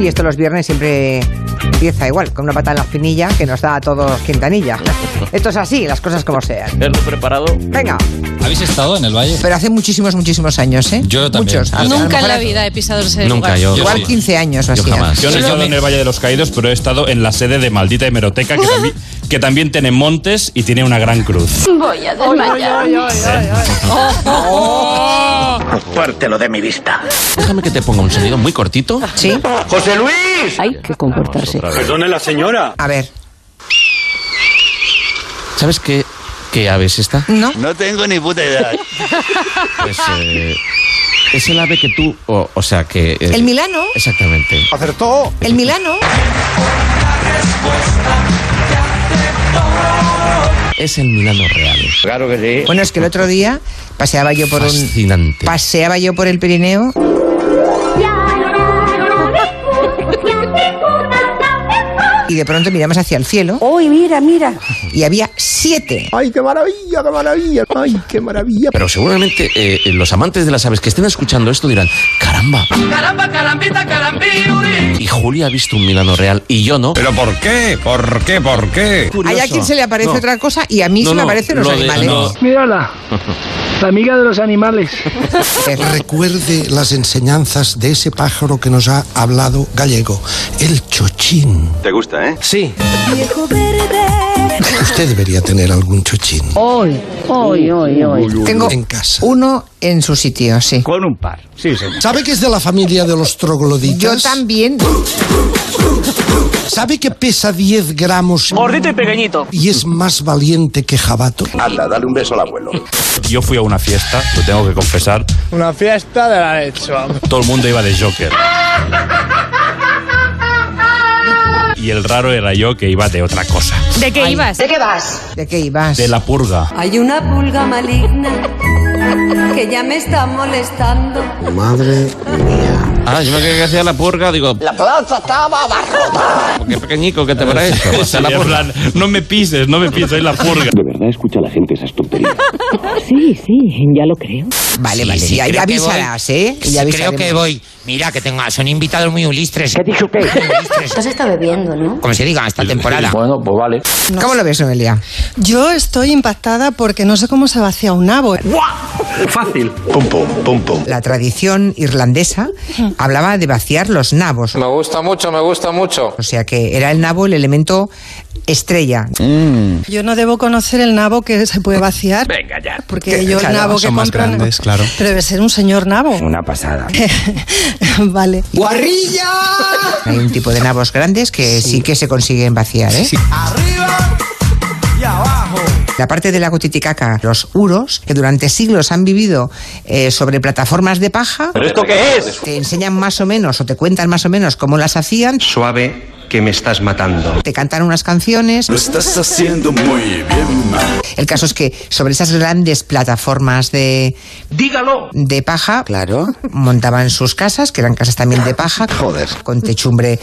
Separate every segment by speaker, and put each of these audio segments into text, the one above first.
Speaker 1: Y esto los viernes siempre empieza igual, con una pata en la espinilla que nos da a todos quintanilla. Esto es así, las cosas como sean.
Speaker 2: ¿Tenerlo preparado?
Speaker 1: Venga,
Speaker 3: ¿Habéis estado en el valle?
Speaker 1: pero hace muchísimos, muchísimos años, ¿eh?
Speaker 3: Yo también.
Speaker 1: Muchos.
Speaker 3: Yo
Speaker 1: A lo
Speaker 4: Nunca en
Speaker 1: mejor
Speaker 4: la
Speaker 1: hace-
Speaker 4: vida he pisado ese
Speaker 5: Nunca
Speaker 4: lugar.
Speaker 5: yo.
Speaker 1: Igual
Speaker 3: sí.
Speaker 1: 15 años o
Speaker 5: Yo
Speaker 1: así. ¿eh?
Speaker 5: jamás.
Speaker 6: Yo no he estado en el Valle de los Caídos, pero he estado en la sede de Maldita Hemeroteca, que, tambi- que también tiene montes y tiene una gran cruz.
Speaker 7: Voy a desmayarme.
Speaker 8: Fuértelo de mi vista.
Speaker 5: Déjame que te ponga un sonido muy cortito.
Speaker 1: Sí,
Speaker 8: ¡José Luis!
Speaker 7: Hay que comportarse.
Speaker 6: Perdone la señora.
Speaker 1: a ver.
Speaker 5: ¿Sabes qué, qué ave es esta?
Speaker 1: No,
Speaker 8: No tengo ni puta edad.
Speaker 5: Pues eh, es el ave que tú, o, o sea que... eh,
Speaker 1: el Milano,
Speaker 5: Exactamente.
Speaker 1: el Milano.
Speaker 5: Es el Milano Real.
Speaker 8: Claro que sí.
Speaker 1: Bueno, es que el otro día paseaba yo por un...
Speaker 5: Fascinante.
Speaker 1: Paseaba yo por el Pirineo y de pronto miramos hacia el cielo
Speaker 7: Hoy mira, mira.
Speaker 1: y había siete.
Speaker 9: ¡Ay, qué maravilla, qué maravilla! ¡Ay, qué maravilla!
Speaker 5: Pero seguramente eh, los amantes de las aves que estén escuchando esto dirán, caramba. Caramba, carambita, carambiuri. Y Julia ha visto un Milano Real y yo no.
Speaker 6: ¿Pero por qué? ¿Por qué? ¿Por qué?
Speaker 1: Hay
Speaker 5: Curioso.
Speaker 1: a quien se le aparece
Speaker 5: No.
Speaker 1: otra cosa y a mí
Speaker 5: No,
Speaker 1: se me
Speaker 5: no,
Speaker 1: aparecen los
Speaker 5: lo de-
Speaker 1: animales.
Speaker 5: no.
Speaker 9: Mírala, la amiga de los animales.
Speaker 1: Eh,
Speaker 10: Recuerde las enseñanzas de ese pájaro que nos ha hablado gallego, el chochín.
Speaker 5: Sí.
Speaker 10: Usted debería tener algún chochín
Speaker 4: Oh.
Speaker 7: Hoy, hoy, hoy, hoy.
Speaker 1: Tengo
Speaker 10: en casa.
Speaker 1: uno en su sitio, sí.
Speaker 6: Con un par. Sí, señor.
Speaker 10: ¿Sabe que es de la familia de los trogloditas?
Speaker 1: Yo también.
Speaker 10: ¿Sabe que pesa 10 gramos
Speaker 2: Gordito y pequeñito.
Speaker 10: y es más valiente que jabato?
Speaker 8: Anda, dale un beso al abuelo.
Speaker 6: Yo fui a una fiesta, lo tengo que confesar.
Speaker 9: Una fiesta de la leche, vamos.
Speaker 6: Todo el mundo iba de Joker. Y el raro era yo que iba de otra cosa.
Speaker 4: ¿De qué ibas?
Speaker 1: ¿De qué ibas?
Speaker 6: De la purga.
Speaker 7: Hay una pulga maligna que ya me está molestando.
Speaker 10: Madre mía.
Speaker 5: Ah, yo me creía que hacía la purga, digo... La plaza estaba abajo. Qué pequeñico que te parece.
Speaker 6: Sí,
Speaker 5: Hacer la
Speaker 6: en
Speaker 5: purga.
Speaker 6: plan, no me pises, no me pises, soy la purga.
Speaker 7: Sí, sí, ya lo creo.
Speaker 1: Vale, vale.
Speaker 3: sí,
Speaker 1: ya,
Speaker 3: creo
Speaker 1: ya
Speaker 3: que voy.
Speaker 1: avisarás, ¿eh? Ya
Speaker 3: creo
Speaker 1: avisaremos.
Speaker 3: que voy. Mira, que tengo, son invitados muy ulistres. ¿Qué dijo
Speaker 7: Estás está bebiendo, ¿no?
Speaker 3: Como se diga, esta temporada.
Speaker 1: ¿Cómo lo ves, Noelia?
Speaker 4: Yo estoy impactada porque no sé cómo se vacía un nabo.
Speaker 8: Pum, pum, pum, pum.
Speaker 1: La tradición irlandesa hablaba de vaciar los nabos.
Speaker 2: Me gusta mucho, me gusta mucho.
Speaker 1: O sea que era el nabo el elemento estrella.
Speaker 4: Yo no debo conocer el nabo que se puede vaciar.
Speaker 2: Venga ya.
Speaker 4: Porque
Speaker 1: Que,
Speaker 4: yo
Speaker 1: claro,
Speaker 4: el nabo que
Speaker 10: son más
Speaker 4: compran-
Speaker 10: grandes, claro.
Speaker 4: Pero debe ser un señor nabo. Una pasada. vale.
Speaker 10: ¡Guarrilla!
Speaker 1: Hay un tipo de nabos grandes que sí, que se consiguen vaciar, ¿eh? La parte de la Cotiticaca, los uros, que durante siglos han vivido eh, sobre plataformas de paja,
Speaker 2: esto qué es?
Speaker 1: te enseñan más o menos o te cuentan más o menos cómo las hacían,
Speaker 8: Suave, que me estás matando.
Speaker 1: te cantan unas canciones.
Speaker 8: estás haciendo muy bien,
Speaker 1: El caso es que sobre esas grandes plataformas de. ¡Dígalo! De paja. Claro. Montaban sus casas, que eran casas también de paja. Joder. Con techumbre.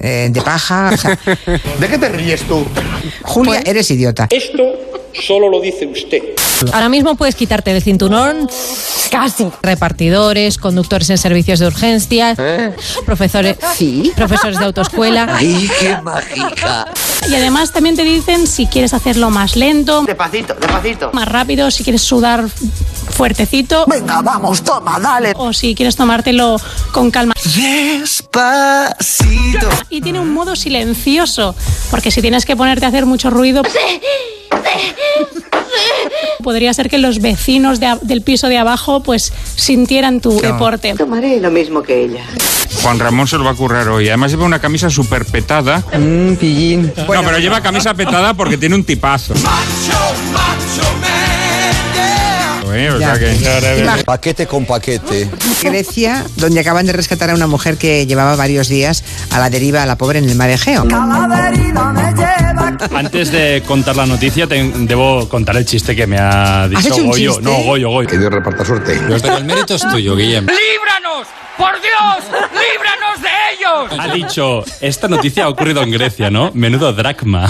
Speaker 1: eh, de paja. o sea,
Speaker 8: ¿De qué te ríes tú?
Speaker 1: Julia,
Speaker 7: Pues,
Speaker 1: eres idiota.
Speaker 4: Ahora mismo puedes quitarte el cinturón. Casi. Repartidores, conductores en servicios de urgencias, profesores,
Speaker 7: Sí.
Speaker 4: profesores de autoescuela.
Speaker 8: ¡Ay, qué mágica!
Speaker 4: Y además también te dicen si quieres hacerlo más lento,
Speaker 8: Despacito, despacito.
Speaker 4: más rápido, si quieres sudar fuertecito. Venga, vamos, toma, dale. O si quieres tomártelo con calma.
Speaker 8: Despacito.
Speaker 4: Y tiene un modo silencioso, porque si tienes que ponerte a hacer mucho ruido... Podría ser que los vecinos de a- del piso de abajo pues sintieran tu deporte.
Speaker 7: Tomaré lo mismo que ella.
Speaker 6: Juan Ramón se lo va a currar hoy. Además lleva una camisa súper petada. Mmm, pillín. no, pero lleva camisa petada porque tiene un tipazo. Eh, o
Speaker 1: Ya.
Speaker 6: sea que-
Speaker 9: Paquete con paquete.
Speaker 1: Grecia, donde acaban de rescatar a una mujer que llevaba varios días a la deriva, a la pobre, en el mar Egeo.
Speaker 7: Ah,
Speaker 6: Antes de contar la noticia, te- debo contar el chiste que me ha dicho
Speaker 1: hecho un
Speaker 6: Goyo.
Speaker 1: chiste?
Speaker 6: No, Goyo, Goyo.
Speaker 8: Dios reparta suerte.
Speaker 3: Pero el mérito es tuyo, Guillem.
Speaker 6: Ha dicho, esta noticia ha ocurrido en Grecia, ¿no? Menudo dracma.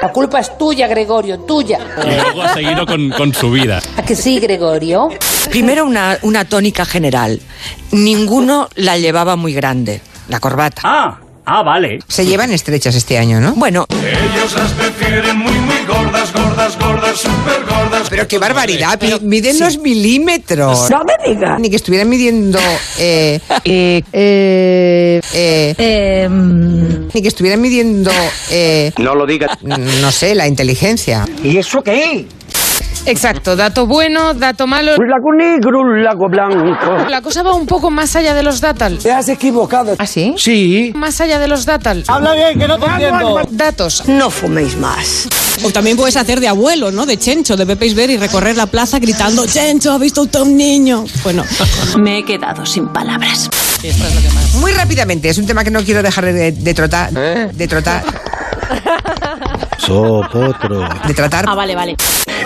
Speaker 7: La culpa es tuya, Gregorio, tuya.
Speaker 6: Y luego ha seguido con, con su vida.
Speaker 7: ¿A que sí, Gregorio? Primero una, una tónica general. Ninguno la llevaba muy grande, la corbata. Ah, ah, vale.
Speaker 1: Se llevan estrechas este año, ¿no?
Speaker 7: Bueno.
Speaker 11: Ellos las prefieren muy, muy gordas, gordas, gordas, super gordas.
Speaker 1: Pero qué barbaridad, mi- miden los milímetros.
Speaker 11: No
Speaker 1: me digas. Ni que estuvieran midiendo. Eh, eh, eh, em. eh, ni que estuvieran midiendo. Eh,
Speaker 12: No lo digas.
Speaker 1: no sé, la inteligencia. ¿Y eso qué?
Speaker 13: Exacto, dato bueno, dato malo. Un lago negro, un lago blanco. La cosa va un poco más allá de los datal. Te has equivocado.
Speaker 1: ¿Ah, sí?
Speaker 13: Sí. Más allá de los datal.
Speaker 14: Habla bien, que no te entiendo.
Speaker 13: Datos.
Speaker 14: No fuméis más.
Speaker 4: O también puedes hacer de abuelo, ¿no? De Chencho, de Pepe Isber y recorrer la plaza gritando Chencho, ha visto usted un niño. Bueno, me he quedado sin palabras.
Speaker 1: Muy rápidamente, es un tema que no quiero dejar de, de trotar. De trotar.
Speaker 6: Sopotro.
Speaker 1: De tratar.
Speaker 4: Ah, vale, vale.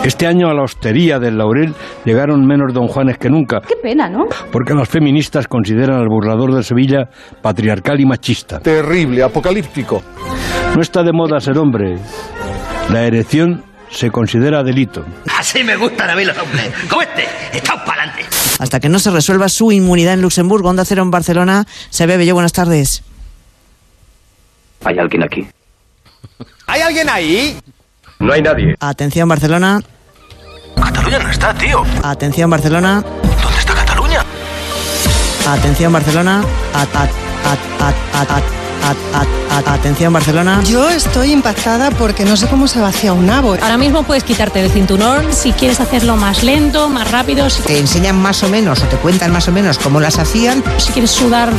Speaker 6: Este año a la hostería del Laurel llegaron menos don Juanes que nunca,
Speaker 4: pena, ¿no?
Speaker 6: porque las feministas consideran al burlador de Sevilla patriarcal y machista. Terrible, apocalíptico. No está de moda ser hombre. La erección se considera delito.
Speaker 12: Así me gustan a mí los hombres. Como este, estamos para adelante.
Speaker 15: Hasta que no se resuelva su inmunidad en Luxemburgo, Onda Cero en Barcelona. Se bebe yo, buenas tardes.
Speaker 12: ¿Hay alguien aquí? ¿Hay alguien ahí? No hay nadie.
Speaker 15: Atención, Barcelona.
Speaker 12: Cataluña no está, tío.
Speaker 15: Atención, Barcelona.
Speaker 12: ¿Dónde está Cataluña?
Speaker 15: Atención, Barcelona. At- at- at- at- at- at- at- at- at- Atención, Barcelona.
Speaker 10: Yo estoy impactada porque no sé cómo se vacía un nabo. Ahora mismo puedes quitarte el cinturón si quieres hacerlo más lento, más rápido, si,
Speaker 1: Te enseñan más o menos o te cuentan más o menos cómo las hacían.
Speaker 10: si quieres sudar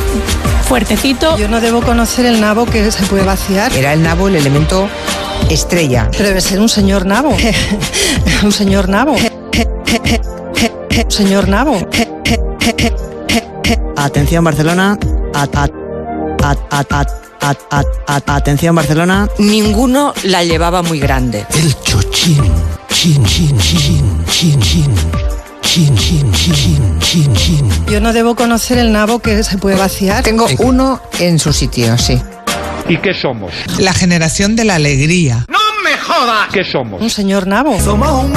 Speaker 10: fuertecito. Yo no debo conocer el nabo que se puede vaciar.
Speaker 1: Era el nabo el elemento estrella.
Speaker 14: Pero debe ser un señor nabo. un señor nabo. Un señor nabo.
Speaker 15: Atención, Barcelona. At- at- at- at- at- at- at- at- Atención, Barcelona.
Speaker 7: Ninguno la llevaba muy grande.
Speaker 3: El chochín. Chin, chin, chin, chin, chin. Chin, chin, chin, chin, chin.
Speaker 14: Yo no debo conocer el nabo que se puede vaciar.
Speaker 1: Tengo uno en su sitio, sí.
Speaker 6: ¿Y qué somos?
Speaker 1: La generación de la alegría.
Speaker 14: ¡No me jodas!
Speaker 6: ¿Qué somos?
Speaker 14: Un señor nabo. Somos un